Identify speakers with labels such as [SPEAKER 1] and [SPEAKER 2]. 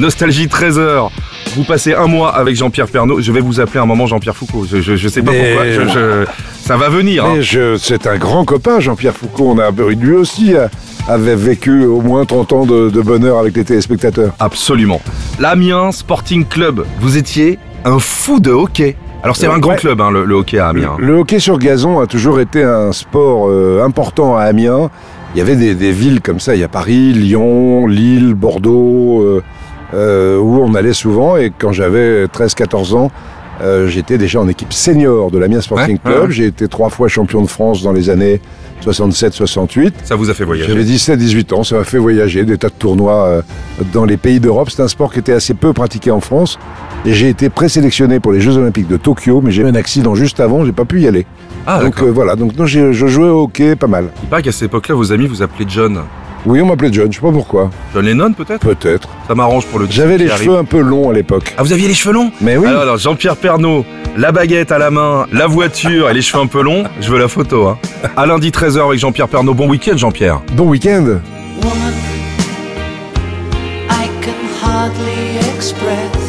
[SPEAKER 1] Nostalgie 13h. Vous passez un mois avec Jean-Pierre Pernaud. Je vais vous appeler un moment Jean-Pierre Foucault. Je, je, je sais pas
[SPEAKER 2] Mais- euh,
[SPEAKER 1] pourquoi. Je- je- Ça va venir. hein.
[SPEAKER 2] Mais je- c'est un grand copain, Jean-Pierre Foucault. On a, lui aussi a- avait vécu au moins 30 ans de, de bonheur avec les téléspectateurs.
[SPEAKER 1] Absolument. L'Amiens Sporting Club. Vous étiez un fou de hockey. Alors c'est
[SPEAKER 2] Euh,
[SPEAKER 1] un grand
[SPEAKER 2] ouais.
[SPEAKER 1] club, hein, le, le hockey à Amiens.
[SPEAKER 2] Le hockey sur gazon a toujours été un sport euh, important à Amiens. Il y avait des, des villes comme ça, il y a Paris, Lyon, Lille, Bordeaux, euh, euh, où on allait souvent. Et quand j'avais 13-14 ans, euh, j'étais déjà en équipe senior de l'Amiens Sporting
[SPEAKER 1] Ouais, ouais,
[SPEAKER 2] Club.
[SPEAKER 1] ouais.
[SPEAKER 2] J'ai été trois fois champion de France dans les années 67-68.
[SPEAKER 1] Ça vous a fait voyager.
[SPEAKER 2] J'avais 17-18 ans, ça m'a fait voyager, des tas de tournois euh, dans les pays d'Europe. C'est un sport qui était assez peu pratiqué en France. Et j'ai été présélectionné pour les Jeux Olympiques de Tokyo, mais j'ai eu un accident juste avant, j'ai pas pu y aller.
[SPEAKER 1] Ah
[SPEAKER 2] donc
[SPEAKER 1] d'accord.
[SPEAKER 2] euh, voilà, donc non, j'ai- je jouais au hockey pas mal.
[SPEAKER 1] Il paraît qu'à cette époque-là, vos amis vous appelaient John.
[SPEAKER 2] Oui, on m'appelait John, je sais pas pourquoi.
[SPEAKER 1] John Lennon peut-être
[SPEAKER 2] Peut-être.
[SPEAKER 1] Ça m'arrange pour le
[SPEAKER 2] J'avais
[SPEAKER 1] qui
[SPEAKER 2] les
[SPEAKER 1] arrive.
[SPEAKER 2] cheveux un peu longs à l'époque.
[SPEAKER 1] Ah vous aviez les cheveux longs
[SPEAKER 2] Mais oui,
[SPEAKER 1] Alors, alors, Jean-Pierre Pernaud, la baguette à la main, la voiture et les cheveux un peu longs, je veux la photo. Hein. À lundi 13h avec Jean-Pierre Pernaud. Bon week-end Jean-Pierre.
[SPEAKER 2] bon week-end
[SPEAKER 3] woman I can hardly express